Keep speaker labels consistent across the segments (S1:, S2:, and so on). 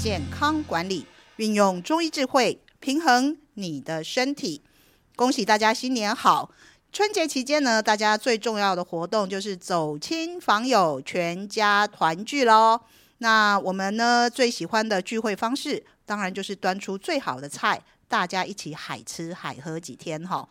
S1: 健康管理，运用中医智慧平衡你的身体。恭喜大家新年好！春节期间呢，大家最重要的活动就是走亲访友，全家团聚喽。那我们呢最喜欢的聚会方式，当然就是端出最好的菜，大家一起海吃海喝几天哈。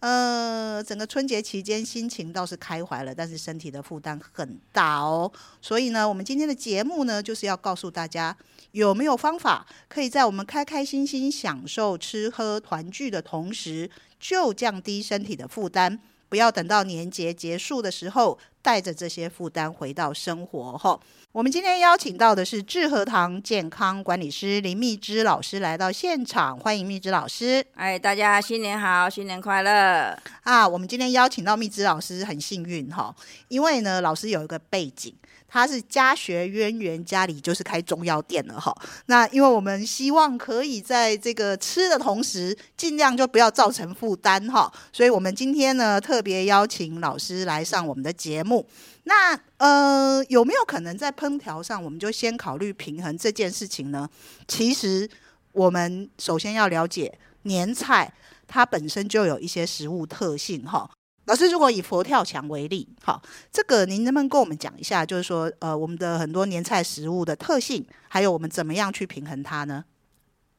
S1: 呃，整个春节期间心情倒是开怀了，但是身体的负担很大哦。所以呢，我们今天的节目呢，就是要告诉大家有没有方法可以在我们开开心心享受吃喝团聚的同时，就降低身体的负担，不要等到年节结束的时候，带着这些负担回到生活吼。我们今天邀请到的是致和堂健康管理师林蜜芝老师来到现场，欢迎蜜芝老师。
S2: 哎，大家新年好，新年快乐！
S1: 啊，我们今天邀请到蜜芝老师很幸运哈，因为呢，老师有一个背景，他是家学渊源，家里就是开中药店的哈。那因为我们希望可以在这个吃的同时，尽量就不要造成负担哈，所以我们今天呢，特别邀请老师来上我们的节目。那呃，有没有可能在烹调上，我们就先考虑平衡这件事情呢？其实我们首先要了解年菜它本身就有一些食物特性哈。老师，如果以佛跳墙为例，好，这个您能不能跟我们讲一下，就是说，呃，我们的很多年菜食物的特性，还有我们怎么样去平衡它呢？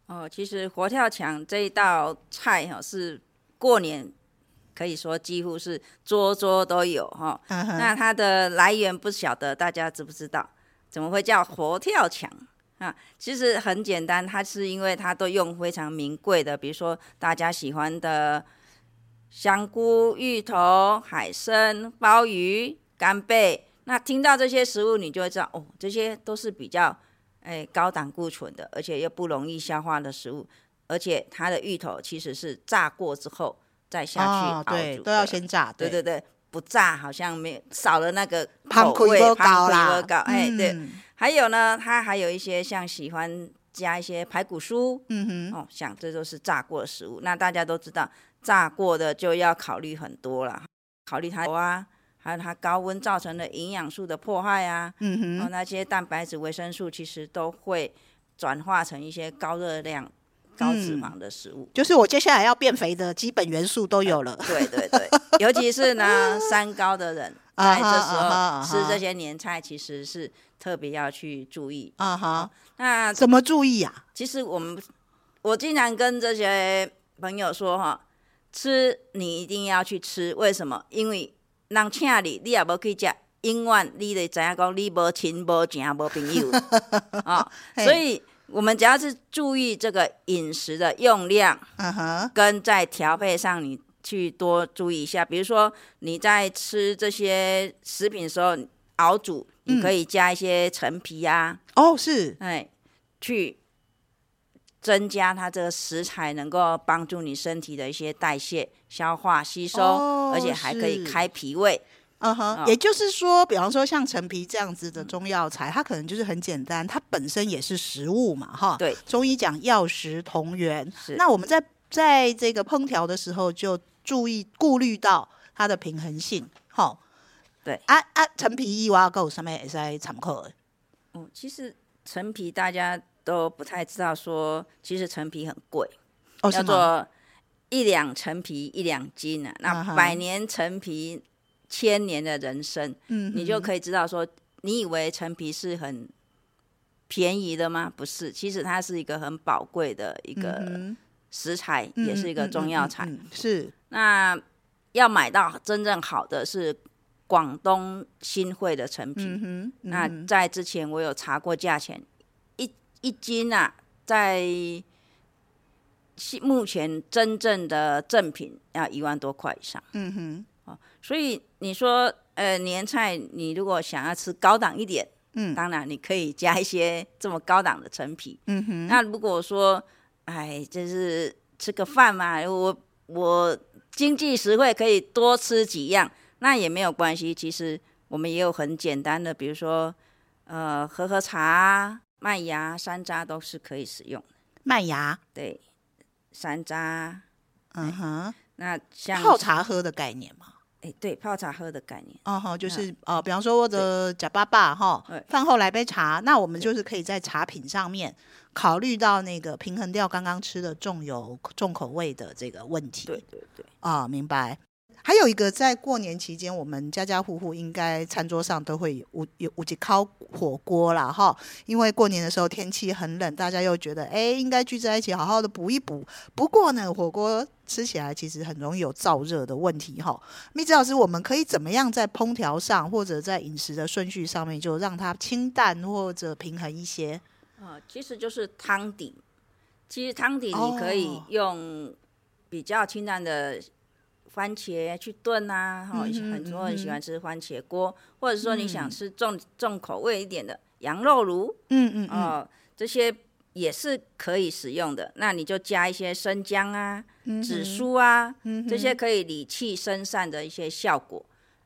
S2: 哦，其实佛跳墙这一道菜哈、是过年可以说几乎是桌桌都有哈、
S1: 嗯哼，
S2: 那它的来源不晓得大家知不知道？怎么会叫佛跳墙啊？其实很简单，它是因为它都用非常名贵的，比如说大家喜欢的香菇、芋头、海参、鲍鱼、干贝。那听到这些食物，你就会知道哦，这些都是比较哎高胆固醇的，而且又不容易消化的食物。而且它的芋头其实是炸过之后再下去
S1: 哦
S2: 熬煮的、
S1: 对，都要先炸，
S2: 对对
S1: 对，
S2: 对，不炸好像没有少了那个
S1: 旁
S2: 口味，
S1: 不高啦，
S2: 高，哎、对。
S1: 嗯
S2: 还有呢，它还有一些像喜欢加一些排骨酥，
S1: 嗯哼，
S2: 哦，想这都是炸过的食物。那大家都知道，炸过的就要考虑很多了，考虑它油啊，还有它高温造成的营养素的破坏啊，
S1: 嗯
S2: 然后
S1: 哼，
S2: 那些蛋白质、维生素其实都会转化成一些高热量、高脂
S1: 嗯
S2: 肪的食物。
S1: 就是我接下来要变肥的基本元素都有了，
S2: 对对对，尤其是呢，三高的人
S1: 啊
S2: 在这
S1: 哈
S2: 时
S1: 啊哈
S2: 候吃
S1: 啊哈
S2: 这些年菜，其实是特别要去注意。
S1: 啊哈，
S2: 那
S1: 怎么注意啊呀？
S2: 其实我们，我经常跟这些朋友说哈，吃你一定要去吃，为什么？因为人请你，你也无去吃，永远你得知影讲你无亲无情无 朋友啊、
S1: 嘿
S2: 所以我们只要是注意这个饮食的用量。
S1: 嗯哼，
S2: 跟在调配上你去多注意一下。比如说你在吃这些食品的时候熬煮，
S1: 嗯
S2: 你可以加一些陈皮啊，
S1: 哦，是，
S2: 哎，去增加它这个食材能够帮助你身体的一些代谢、消化、吸收，
S1: 哦
S2: 而且还可以
S1: 是
S2: 开脾胃。
S1: 嗯哼，
S2: 哦
S1: 也就是说，比方说像陈皮这样子的中药材，它可能就是很简单，它本身也是食物嘛，哈。
S2: 对，
S1: 中医讲药食同源。
S2: 是
S1: 哦那我们在在这个烹调的时候，就注意顾虑到它的平衡性，哈。
S2: 对
S1: 啊啊，陈皮以外还有什么也在参考的？
S2: 哦，其实陈皮大家都不太知道说其实陈皮很贵。
S1: 哦，
S2: 叫
S1: 是吗？
S2: 做一两陈皮一两斤啊。
S1: 啊哈
S2: 那百年陈皮，千年的人参，
S1: 嗯哼
S2: 你就可以知道说，你以为陈皮是很便宜的吗？不是，其实它是一个很宝贵的一个
S1: 嗯
S2: 食材，
S1: 哼
S2: 呃也是一个中药材。
S1: 嗯嗯嗯嗯嗯是
S2: 那要买到真正好的是广东新会的陈皮。
S1: 嗯哼，嗯
S2: 那
S1: 哼
S2: 在之前我有查过价钱，一一斤啊，在西目前真正的正品要一万多块以上。哦
S1: 嗯哼
S2: 所以你说，呃，年菜你如果想要吃高档一点，
S1: 嗯
S2: 当然你可以加一些这么高档的陈皮。
S1: 嗯哼
S2: 那如果说，哎，就是吃个饭嘛，我我经济实惠，可以多吃几样，那也没有关系。其实我们也有很简单的，比如说，呃，喝喝茶、麦芽、山楂都是可以使用的。
S1: 麦芽，
S2: 对，山楂，
S1: 嗯哼，
S2: 那像
S1: 泡茶喝的概念嘛。
S2: 哎，对，泡茶喝的概念，
S1: 哦哈，就是呃，比方说我的假爸爸哈
S2: 嗯对，
S1: 饭后来杯茶，那我们就是可以在茶品上面考虑到那个平衡掉刚刚吃的重油重口味的这个问题。
S2: 对对对，
S1: 啊、明白。还有一个，在过年期间，我们家家户户应该餐桌上都会有五有五几烤火锅啦，哈。因为过年的时候天气很冷，大家又觉得哎，诶应该聚在一起好好的补一补。不过呢，火锅吃起来其实很容易有燥热的问题，哈。蜜子老师，我们可以怎么样在烹调上或者在饮食的顺序上面，就让它清淡或者平衡一些？
S2: 啊、其实就是汤底。其实汤底你可以
S1: 哦
S2: 用比较清淡的番茄去炖啊，哈、
S1: 嗯哼
S2: 很多人
S1: 嗯
S2: 喜欢吃番茄锅，或者说你想吃重重口味一点的羊肉炉
S1: 嗯嗯嗯，
S2: 哦、这些也是可以使用的。那你就加一些生姜啊、
S1: 嗯
S2: 紫
S1: 哼
S2: 苏啊，
S1: 嗯
S2: 这些可以理气生散的一些效果。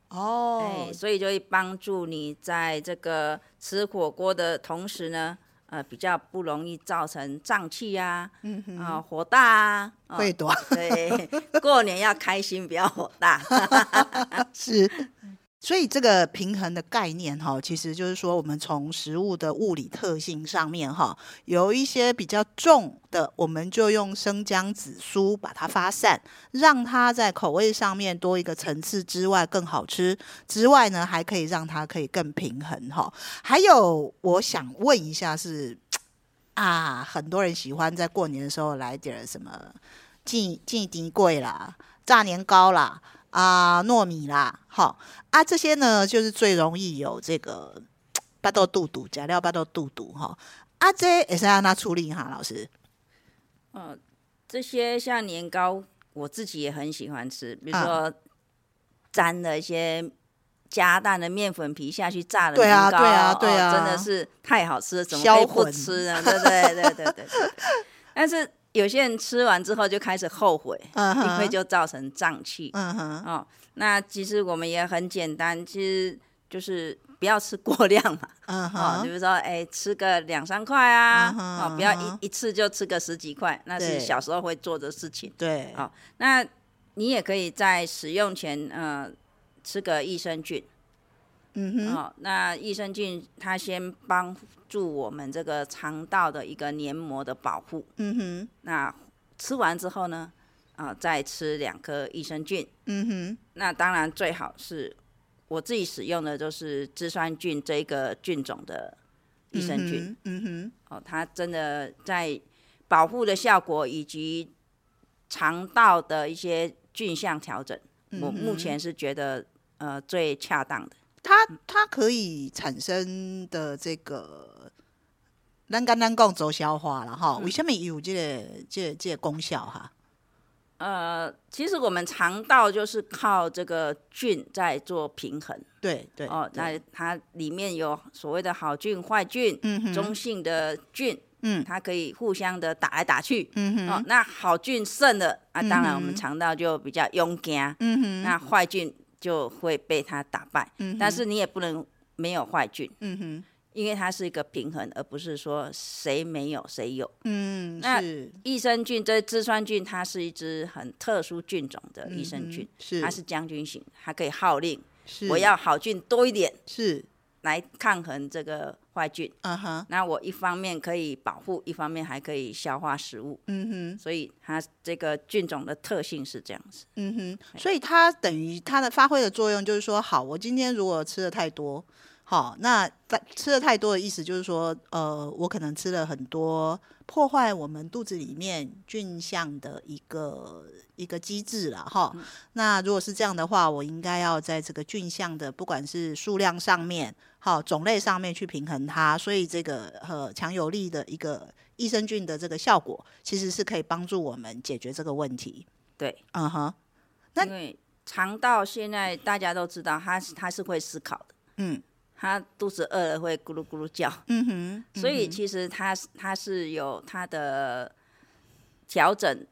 S1: 哦
S2: 哎，，所以就会帮助你在这个吃火锅的同时呢，呃，比较不容易造成胀气啊，
S1: 嗯哼，
S2: 啊、火大啊，哦
S1: 会多。
S2: 对， 过年要开心，不要火大。
S1: 是。所以这个平衡的概念哈，其实就是说我们从食物的物理特性上面哈，有一些比较重的，我们就用生姜、紫苏把它发散，让它在口味上面多一个层次之外更好吃之外呢，还可以让它可以更平衡哈。还有我想问一下是啊，很多人喜欢在过年的时候来点儿什么进进迪柜啦、炸年糕啦。啊、糯米啦，好啊，这些呢就是最容易有这个巴豆肚肚，假料巴豆肚肚哈。啊，这也是要拿处理哈，老师。
S2: 嗯，这些像年糕，我自己也很喜欢吃，比
S1: 啊
S2: 如说沾了一些加蛋的面粉皮下去炸的
S1: 对
S2: 年
S1: 啊
S2: 糕，
S1: 对啊
S2: 哦
S1: 对啊
S2: 真的是太好吃了，怎么
S1: 销
S2: 可以不
S1: 魂
S2: 吃呢？对对对对对对对。但是有些人吃完之后就开始后悔，
S1: 嗯
S2: 因为
S1: 哼，
S2: 就造成胀气。
S1: 嗯哼，
S2: 哦，那其实我们也很简单，其实就是不要吃过量嘛。
S1: 嗯
S2: 哦，比
S1: 哼，
S2: 如说，哎，吃个两三块啊，
S1: 嗯哼
S2: 哦，不要
S1: 嗯哼
S2: 一一次就吃个十几块，那
S1: 对
S2: 是小时候会做的事情。
S1: 对，
S2: 哦那你也可以在使用前，呃，吃个益生菌。
S1: 嗯哼，
S2: 哦，那益生菌它先帮助我们这个肠道的一个黏膜的保护。
S1: 嗯哼，
S2: 那吃完之后呢，啊、再吃两颗益生菌。
S1: 嗯哼，
S2: 那当然最好是我自己使用的就是支酸菌这一个菌种的益生菌。
S1: 嗯哼，
S2: 哦，它真的在保护的效果以及肠道的一些菌相调整，
S1: 嗯哼，
S2: 我目前是觉得呃最恰当的。
S1: 它它可以产生的这个。咱简单讲走消化了
S2: 嗯
S1: 哈，为什么它有这个、这个、这个功效哈？
S2: 呃，其实我们肠道就是靠这个菌在做平衡
S1: 对对
S2: 哦，
S1: 对
S2: 那它里面有所谓的好菌、坏菌、
S1: 嗯哼
S2: 中性的菌，
S1: 嗯
S2: 它可以互相的打来打去。
S1: 嗯哼
S2: 哦，那好菌胜了啊，当然我
S1: 嗯
S2: 们
S1: 哼
S2: 肠道就比较勇敢，
S1: 嗯哼
S2: 那坏菌就会被它打败。
S1: 嗯哼
S2: 但是你也不能没有坏菌，
S1: 嗯哼
S2: 因为它是一个平衡，而不是说谁没有谁有。
S1: 嗯
S2: 那
S1: 是
S2: 益生菌这支酸菌，它是一支很特殊菌种的益生菌，
S1: 嗯哼是
S2: 它是将军型，它可以号令
S1: 是
S2: 我要好菌多一点
S1: 是
S2: 来抗衡这个坏菌。
S1: 嗯哼
S2: 那我一方面可以保护，一方面还可以消化食物，
S1: 嗯哼
S2: 所以它这个菌种的特性是这样子。
S1: 嗯哼，所以它等于它的发挥的作用就是说，好，我今天如果吃的太多，好，那但吃的太多的意思就是说，呃，我可能吃了很多破坏我们肚子里面菌相的一个一个机制了哈。那如果是这样的话，我应该要在这个菌相的不管是数量上面，好种类上面去平衡它，所以这个呃强有力的一个益生菌的这个效果，其实是可以帮助我们解决这个问题。
S2: 对，
S1: 嗯哼。那
S2: 因为肠道现在大家都知道，它是它是会思考的，
S1: 嗯
S2: 它肚子饿了会咕噜咕噜叫，
S1: 嗯哼，
S2: 所以其实它是它是有它的调整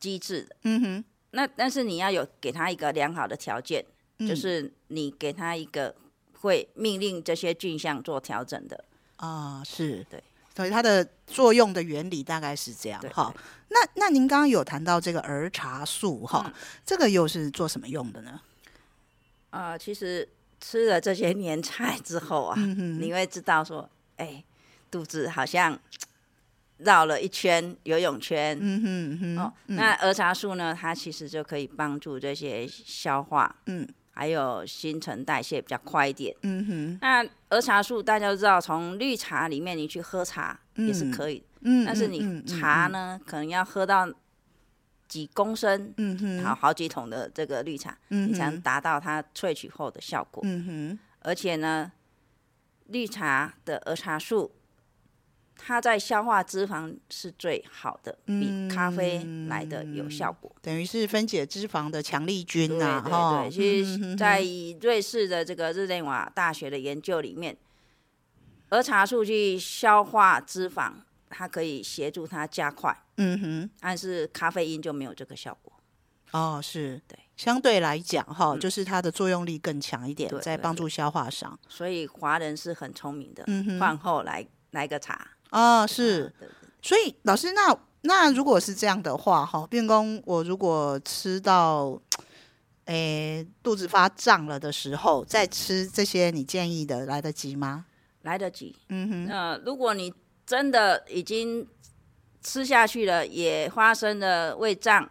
S2: 机制的。
S1: 嗯哼，
S2: 那但是你要有给它一个良好的条件，
S1: 嗯
S2: 就是你给它一个会命令这些菌相做调整的。
S1: 啊、是
S2: 对，
S1: 所以它的作用的原理大概是这样
S2: 对
S1: 哈。那
S2: 嗯
S1: 那您刚刚有谈到这个儿茶素哈，这个又是做什么用的呢？
S2: 呃，其实吃了这些年菜之后啊，
S1: 嗯哼，
S2: 你会知道说，哎，肚子好像绕了一圈游泳圈。
S1: 嗯哼嗯哼，
S2: 哦，那儿茶素呢，它其实就可以帮助这些消化，
S1: 嗯，
S2: 还有新陈代谢比较快一点。
S1: 嗯哼，
S2: 那儿茶素大家都知道，从绿茶里面你去喝茶也是可以，
S1: 嗯，
S2: 但是
S1: 嗯
S2: 你茶，呢，可能要喝到几公升，
S1: 嗯嗯嗯
S2: 好好几桶的这个绿茶，
S1: 嗯哼，
S2: 你才能达到它萃取后的效果。
S1: 嗯哼，
S2: 而且呢，绿茶的儿茶素，它在消化脂肪是最好的，
S1: 嗯
S2: 比咖啡来的有效果。
S1: 等于是分解脂嗯肪的强力军
S2: 对
S1: 呐，
S2: 对
S1: 哈嗯
S2: 对，，其实，在瑞士的这个日内瓦大学的研究里面，儿茶素去消化脂肪，它可以协助它加快，
S1: 嗯哼，
S2: 但是咖啡因就没有这个效果。
S1: 哦，是
S2: 对，嗯
S1: 相对来讲哈，就是它的作用力更强一点
S2: 对，
S1: 在
S2: 对
S1: 帮
S2: 对
S1: 助消化上，
S2: 所以华人是很聪明的，
S1: 嗯哼
S2: 饭后来来个茶，
S1: 啊，是，
S2: 对对
S1: 所以老师，那那如果是这样的话，哈，变工我如果吃到，诶、肚子发胀了的时候，再吃这些你建议的来得及吗？
S2: 来得及。
S1: 嗯哼，
S2: 那如果你真的已经吃下去了，也发生了胃胀，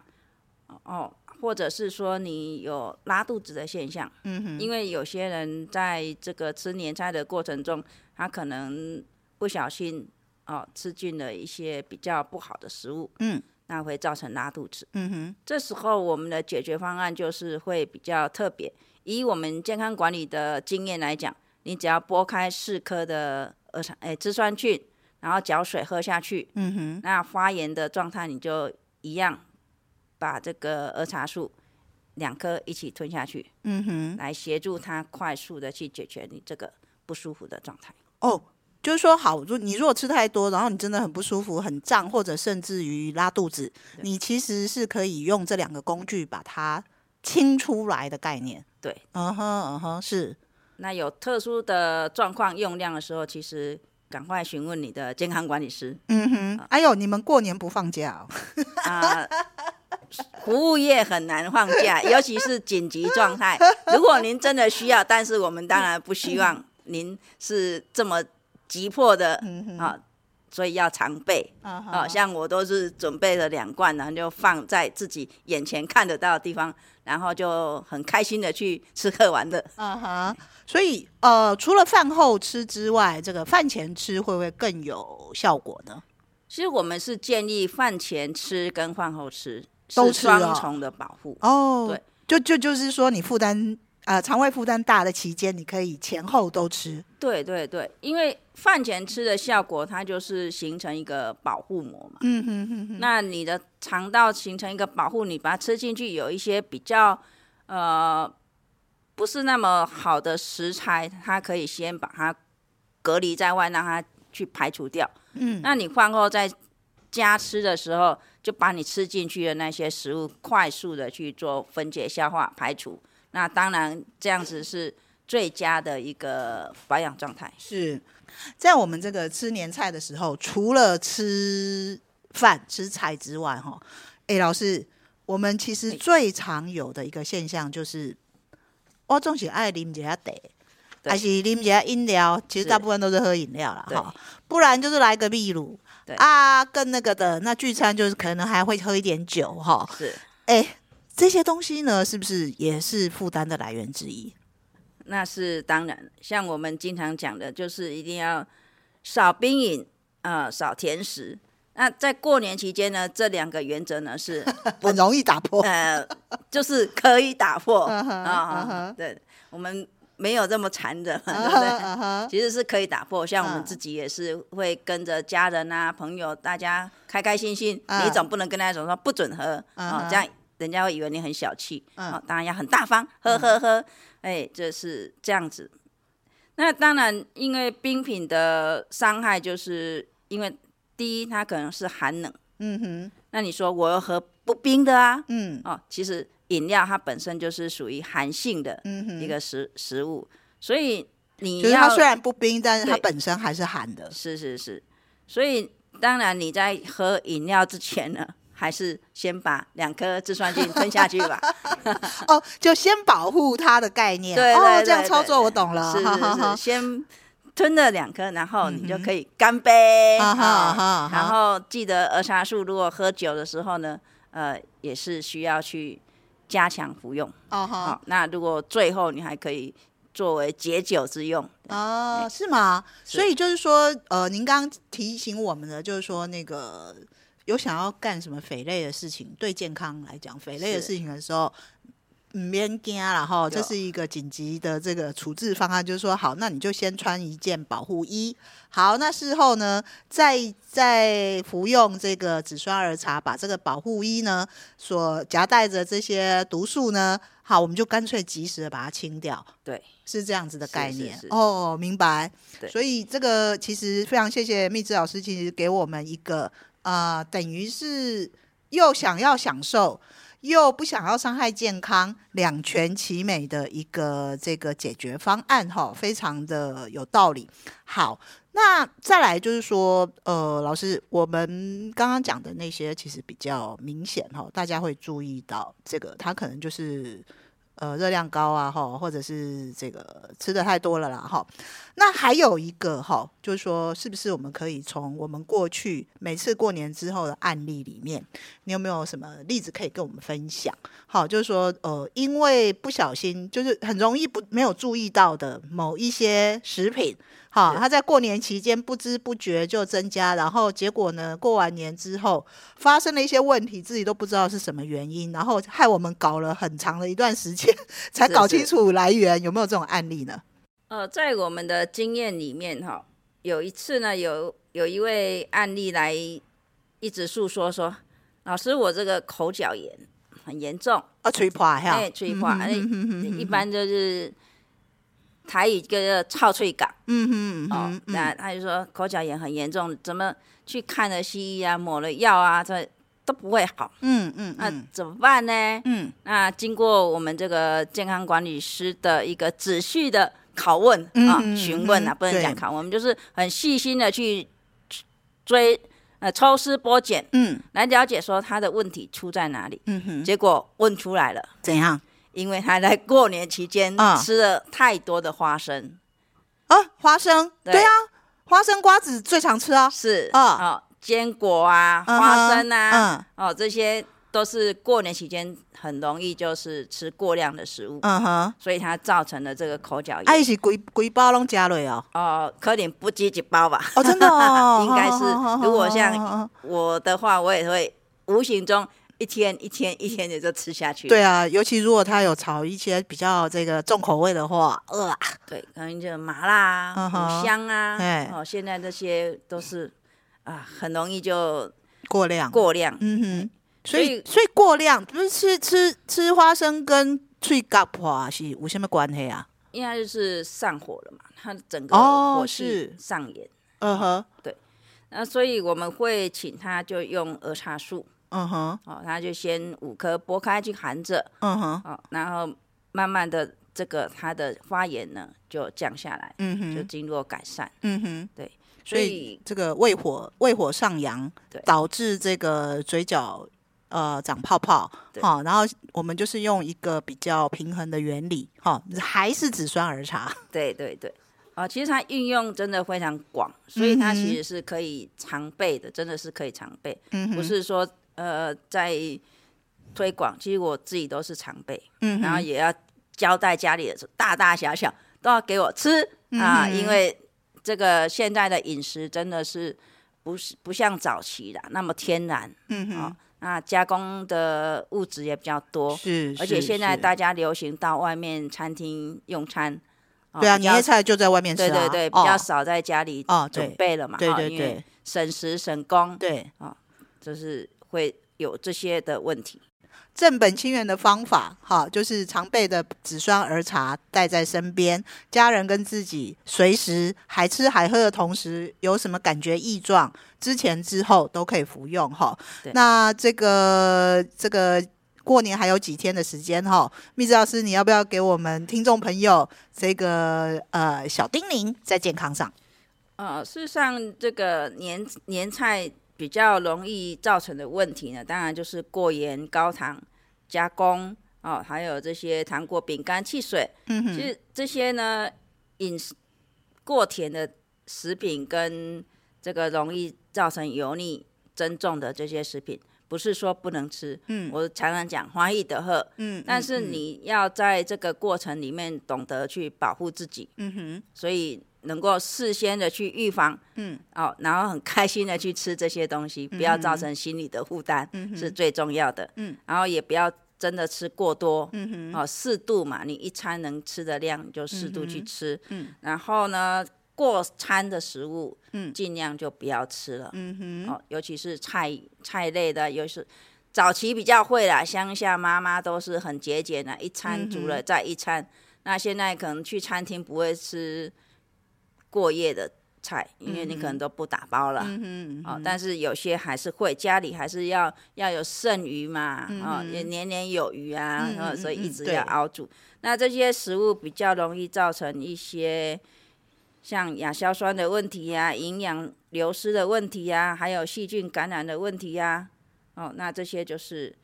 S2: 哦，或者是说你有拉肚子的现象，
S1: 嗯哼，
S2: 因为有些人在这个吃年菜的过程中，他可能不小心哦吃进了一些比较不好的食物，
S1: 嗯，
S2: 那会造成拉肚子。
S1: 嗯哼，
S2: 这时候我们的解决方案就是会比较特别。以我们健康管理的经验来讲，你只要剥开四颗的耳肠诶支酸菌，然后搅水喝下去，
S1: 嗯哼，
S2: 那发炎的状态你就一样把这个儿茶素两颗一起吞下去，
S1: 嗯哼，
S2: 来协助它快速的去解决你这个不舒服的状态。
S1: 哦。就是说，好，如你如果吃太多，然后你真的很不舒服、很胀，或者甚至于拉肚子，你其实是可以用这两个工具把它清出来的概念。
S2: 对，
S1: 嗯哼，嗯哼，是，
S2: 那有特殊的状况用量的时候，其实赶快询问你的健康管理师。
S1: 嗯哼。哎呦，你们过年不放假、哦？
S2: 啊、服务业很难放假， 尤其是紧急状态。如果您真的需要，但是我们当然不希望您是这么急迫的
S1: 嗯
S2: 啊，所以要常备。
S1: 啊
S2: 啊，像我都是准备了两罐，然后就放在自己眼前看得到的地方，然后就很开心的去吃喝 玩乐。
S1: 啊哈，所以呃，除了饭后吃之外，这个饭前吃会不会更有效果呢？
S2: 其实我们是建议饭前吃跟饭后吃
S1: 都
S2: 是
S1: 吃啊
S2: 双重的保护。
S1: 哦，
S2: 对，
S1: 就就就是说，你负担呃肠胃负担大的期间，你可以前后都吃。
S2: 对对对，因为饭前吃的效果，它就是形成一个保护膜嘛。
S1: 嗯哼哼哼，
S2: 那你的肠道形成一个保护，你把它吃进去，有一些比较呃不是那么好的食材，它可以先把它隔离在外，让它去排除掉。
S1: 嗯，
S2: 那你饭后在加吃的时候，就把你吃进去的那些食物快速的去做分解、消化、排除。那当然，这样子是最佳的一个保养状态。
S1: 是在我们这个吃年菜的时候，除了吃饭吃菜之外，哈，哎，老师，我们其实
S2: 哎
S1: 最常有的一个现象就是，我总是爱啉一下茶，
S2: 对
S1: 还是啉一下饮料，其实
S2: 是
S1: 大部分都是喝饮料啦，
S2: 对
S1: 哈，不然就是来个秘鲁
S2: 对。
S1: 啊，更那个的，那聚餐就是可能还会喝一点酒哈。
S2: 是，
S1: 哎，这些东西呢，是不是也是负担的来源之 一？
S2: 那是当然。像我们经常讲的，就是一定要少冰饮，啊，少甜食。那在过年期间呢，这两个原则 呢是
S1: 很容易打 破。
S2: 呃，就是可以打破
S1: 嗯哼嗯
S2: 啊
S1: 哼。
S2: 对，我们没有这么残忍嘛，对
S1: 啊
S2: 不
S1: 哈
S2: 对？
S1: 啊哈
S2: 其实是可以打破，像我们
S1: 嗯
S2: 自己也是会跟着家人啊、朋友，大家开开心心。
S1: 嗯
S2: 你总不能跟大家说不准喝
S1: 嗯
S2: 啊、
S1: 哼
S2: 这样人家会以为你很小气
S1: 嗯
S2: 啊、当然要很大方，喝喝喝，哎，就是这样子。那当然，因为冰品的伤害，就是因为第一，它可能是寒冷。
S1: 嗯哼，
S2: 那你说我要喝不冰的啊？
S1: 嗯
S2: 哦，其实饮料它本身就是属于寒性的
S1: 嗯哼
S2: 一。个食、食物，所以你
S1: 就是它
S2: 要
S1: 虽然不冰，但是它
S2: 对
S1: 本身还是寒的。
S2: 是是是，所以当然你在喝饮料之前呢，还是先把两颗制酸菌吞下去 吧。
S1: 哦，就先保护它的概念。
S2: 对
S1: 哦，
S2: 对
S1: 这样
S2: 对
S1: 操
S2: 对
S1: 作我懂了。
S2: 是
S1: 啊哈哈
S2: 是
S1: 哈
S2: 是，先吞了两颗，然后你就可以干杯。
S1: 啊哈
S2: 啊
S1: 啊哈啊哈
S2: 然后记得儿茶素，如果喝酒的时候呢，呃，也是需要去加强服用。
S1: 哦哈。
S2: 好，那如果最后你还可以作为解酒之用。
S1: 哦，是吗？
S2: 是
S1: 所以就是说，呃，您刚刚提醒我们的，就是说那个有想要干什么匪类的事情，对健康来讲，匪类的
S2: 是
S1: 事情的时候，嗯，免惊然后这
S2: 对
S1: 是一个紧急的这个处置方案，就是说，好，那你就先穿一件保护衣，好，那事后呢，再再服用这个紫砂儿茶，把这个保护衣呢所夹带着这些毒素呢，好，我们就干脆及时的把它清掉。
S2: 对，
S1: 是这样子的概
S2: 是是
S1: 念
S2: 是
S1: 哦，明白
S2: 对。
S1: 所以这个其实非常谢谢蜜汁老师，其实给我们一个呃，等于是又想要享受。又不想要伤害健康，两全其美的一个这个解决方案哈，非常的有道理。好，那再来就是说，呃，老师，我们刚刚讲的那些其实比较明显哈，大家会注意到这个，它可能就是呃热量高啊哈，或者是这个吃的太多了啦哈。那还有一个哈，就是说，是不是我们可以从我们过去每次过年之后的案例里面，你有没有什么例子可以跟我们分享？好，就是说，呃，因为不小心，就是很容易不没有注意到的某一些食品，好，
S2: 是
S1: 它在过年期间不知不觉就增加，然后结果呢，过完年之后发生了一些问题，自己都不知道是什么原因，然后害我们搞了很长的一段时间 才
S2: 是
S1: 搞
S2: 是
S1: 清楚来源，有没有这种案例呢？
S2: 呃，在我们的经验里面哈、有一次呢，有有一位案例来一直诉说说，老师我这个口角炎很严重，
S1: 啊，吹破哈，
S2: 哎，脆化，哎，
S1: 嗯
S2: 一般就是台语叫做臭脆感
S1: 嗯嗯
S2: 哦
S1: 嗯，。
S2: 那他就说口角炎很严重，怎么去看了西医啊，抹了药啊，这都不会好，
S1: 嗯嗯
S2: 那
S1: 嗯
S2: 怎么办呢？
S1: 嗯
S2: 那经过我们这个健康管理师的一个仔细的拷问
S1: 嗯
S2: 啊
S1: 嗯、
S2: 询问啊，
S1: 嗯
S2: 不能讲拷问，我们就是很细心的去追呃抽丝剥茧，
S1: 嗯
S2: 来了解说他的问题出在哪里。
S1: 嗯哼，
S2: 结果问出来了，
S1: 怎样
S2: 因为他在过年期间
S1: 啊
S2: 吃了太多的花生，
S1: 啊？花生，
S2: 对
S1: 对啊，花生瓜子最常吃啊，
S2: 是
S1: 啊
S2: 哦，坚果啊、
S1: 嗯哼
S2: 花生啊，
S1: 嗯
S2: 哦，这些都是过年期间很容易就是吃过量的食物，
S1: 嗯哼，
S2: 所以它造成了这个口角炎。
S1: 啊，伊是规规包拢加落 哦，
S2: 哦，可能不积极包吧。，
S1: 哦，真的哦
S2: 应该 是
S1: 好好好好
S2: 如果像
S1: 好好好
S2: 我的话，我也会无形中一天一天一天的就吃下 去。
S1: 对啊，尤其如果他有炒一些比较这个重口味的话，呃啊，
S2: 对，可能就麻辣啊、
S1: 嗯哼
S2: 五香啊
S1: 哎，
S2: 哦，现在这些都是啊，很容易就
S1: 过量，
S2: 过量。
S1: 嗯哼，所
S2: 所以
S1: 以所以过量不是吃吃吃花生跟脆嘎破是有什么关系啊？
S2: 应该就是上火了嘛，它整个
S1: 哦
S2: 火气
S1: 是
S2: 上炎。
S1: 嗯哼，
S2: 那所以我们会请他就用儿茶素，
S1: 嗯哼，
S2: 哦，他就先五颗剥开去含着，
S1: 嗯哼，
S2: 哦，然后慢慢的这个它的发炎呢就降下来，
S1: 嗯哼，
S2: 就经过改善。
S1: 嗯哼，
S2: 对，
S1: 所
S2: 所
S1: 以
S2: 以
S1: 这个胃火胃火上扬
S2: 对，
S1: 导致这个嘴角呃长泡泡，
S2: 对
S1: 好、然后我们就是用一个比较平衡的原理，哈、还是紫酸儿茶，
S2: 对对对，啊、其实它运用真的非常广，所以它其实是可以常备的，真的是可以常备，
S1: 嗯
S2: 不
S1: 哼，
S2: 是说呃在推广，其实我自己都是常备，
S1: 嗯
S2: 然后
S1: 哼，
S2: 也要交代家里的大大小小都要给我吃啊、
S1: 嗯哼
S2: 因为这个现在的饮食真的是不是不像早期啦那么天然
S1: 嗯哼，
S2: 啊、那加工的物质也比较多，
S1: 是，
S2: 哦而且
S1: 是
S2: 现在
S1: 是
S2: 大家流行到外面餐厅用餐，哦
S1: 对啊，
S2: 比
S1: 年夜
S2: 较
S1: 菜就在外面吃、啊，
S2: 对对对，比
S1: 哦
S2: 较少在家里
S1: 哦对
S2: 准备了嘛，
S1: 对
S2: 哦
S1: 对
S2: 因为
S1: 对
S2: 省时省工，
S1: 对，
S2: 就是会有这些的问题。
S1: 正本清源的方法，哈，就是常备的紫酸儿茶带在身边，家人跟自己随时还吃还喝的同时，有什么感觉异状，之前之后都可以服用，哈
S2: 对。
S1: 那这个这个。过年还有几天的时间哈，蜜子老师，你要不要给我们听众朋友这个呃小叮咛在健康上？
S2: 呃，事实上，这个年年菜比较容易造成的问题呢，当然就是过盐、高糖、加工哦，还有这些糖果、饼干、汽水，
S1: 嗯
S2: 其
S1: 哼，
S2: 实这些呢，饮食过甜的食品跟这个容易造成油腻增重的这些食品，不是说不能吃。
S1: 嗯
S2: 我常常讲欢喜的喝，
S1: 嗯，
S2: 但
S1: 嗯
S2: 是
S1: 嗯
S2: 你要在这个过程里面懂得去保护自己，
S1: 嗯哼，
S2: 所以能够事先的去预防，
S1: 嗯，
S2: 哦，然后很开心的去吃这些东西，不要造成心理的负担，
S1: 嗯
S2: 是最重要的。
S1: 嗯，
S2: 然后也不要真的吃过多，
S1: 嗯哼，
S2: 哦，适度嘛，你一餐能吃的量你就适度
S1: 嗯
S2: 去
S1: 哼
S2: 吃。
S1: 嗯
S2: 然后呢，过餐的食物，
S1: 嗯
S2: 尽量就不要吃了。
S1: 嗯哼，
S2: 哦，尤其是菜菜类的，尤其是早期比较会啦，乡下妈妈都是很节俭的，一餐煮
S1: 嗯
S2: 了再一餐。那现在可能去餐厅不会吃过夜的菜，因为你可能都不打包了。
S1: 嗯哼，
S2: 哦，但是有些还是会，家里还是要要有剩余嘛，哦，也年年有余啊，
S1: 嗯
S2: 然后
S1: 嗯
S2: 所以一
S1: 嗯
S2: 直
S1: 对
S2: 要熬煮。那这些食物比较容易造成一些像亚硝酸的问题呀、营养流失的问题呀、还有细菌感染的问题呀、哦，那这些就是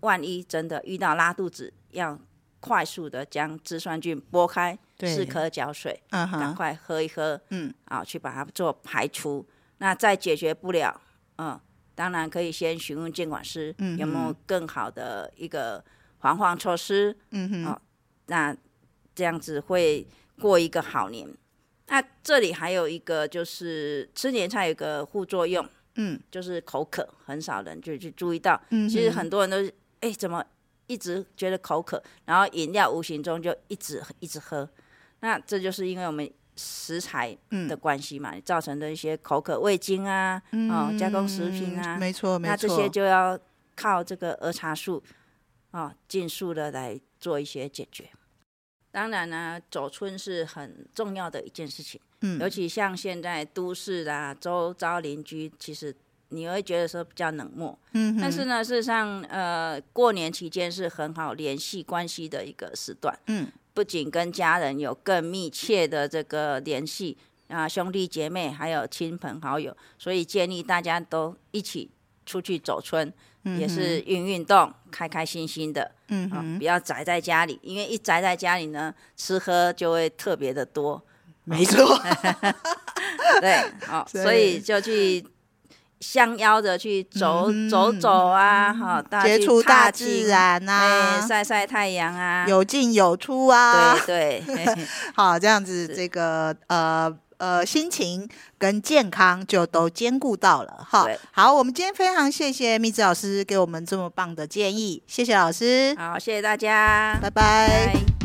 S2: 万一真的遇到拉肚子，要快速的将支酸菌拨开，
S1: 对
S2: 适可搅水，
S1: 嗯
S2: 赶
S1: 哼，
S2: 快喝一喝，
S1: 嗯，
S2: 啊，去把它做排除。那再解决不了，嗯，当然可以先询问监管师、
S1: 嗯
S2: 有没有
S1: 哼
S2: 更好的一个防范措施。
S1: 嗯哼，
S2: 哦那这样子会过一个好年。那这里还有一个就是吃年菜有个副作用，
S1: 嗯，
S2: 就是口渴，很少人就去注意到。
S1: 嗯
S2: 其实
S1: 哼
S2: 很多人都是，哎、怎么一直觉得口渴，然后饮料无形中就一直一直喝，那这就是因为我们食材
S1: 嗯
S2: 的关系嘛，造成的一些口渴、味精啊，哦，加工食品啊
S1: 嗯，没错没
S2: 那这
S1: 错，
S2: 些就要靠这个儿茶素啊，尽速的来做一些解决。当然呢、走村是很重要的一件事情，
S1: 嗯
S2: 尤其像现在都市啊，周遭邻居，其实你会觉得说比较冷漠，
S1: 嗯哼，
S2: 但是呢，事实上，呃，过年期间是很好联系关系的一个时段，
S1: 嗯
S2: 不仅跟家人有更密切的这个联系啊，兄弟姐妹还有亲朋好友，所以建议大家都一起出去走村，也是运运动，开开心心的
S1: 嗯
S2: 啊，
S1: 哼，
S2: 不要宅在家里，因为一宅在家里呢，吃喝就会特别的多，
S1: 没错，
S2: 对，哦，
S1: 对
S2: 所以就去相邀着去走、走走啊，哈、大家
S1: 嗯接
S2: 去
S1: 触
S2: 踏
S1: 大
S2: 青
S1: 自然
S2: 哎、
S1: 呐，
S2: 晒晒太阳啊，
S1: 有进有出啊，
S2: 对对，嘿嘿
S1: 好，这样子
S2: 是
S1: 这个呃。呃，心情跟健康就都兼顾到了哈
S2: 对。
S1: 好，我们今天非常谢谢蜜子老师给我们这么棒的建议，谢谢老师，
S2: 好，谢谢大家，
S1: 拜拜
S2: 拜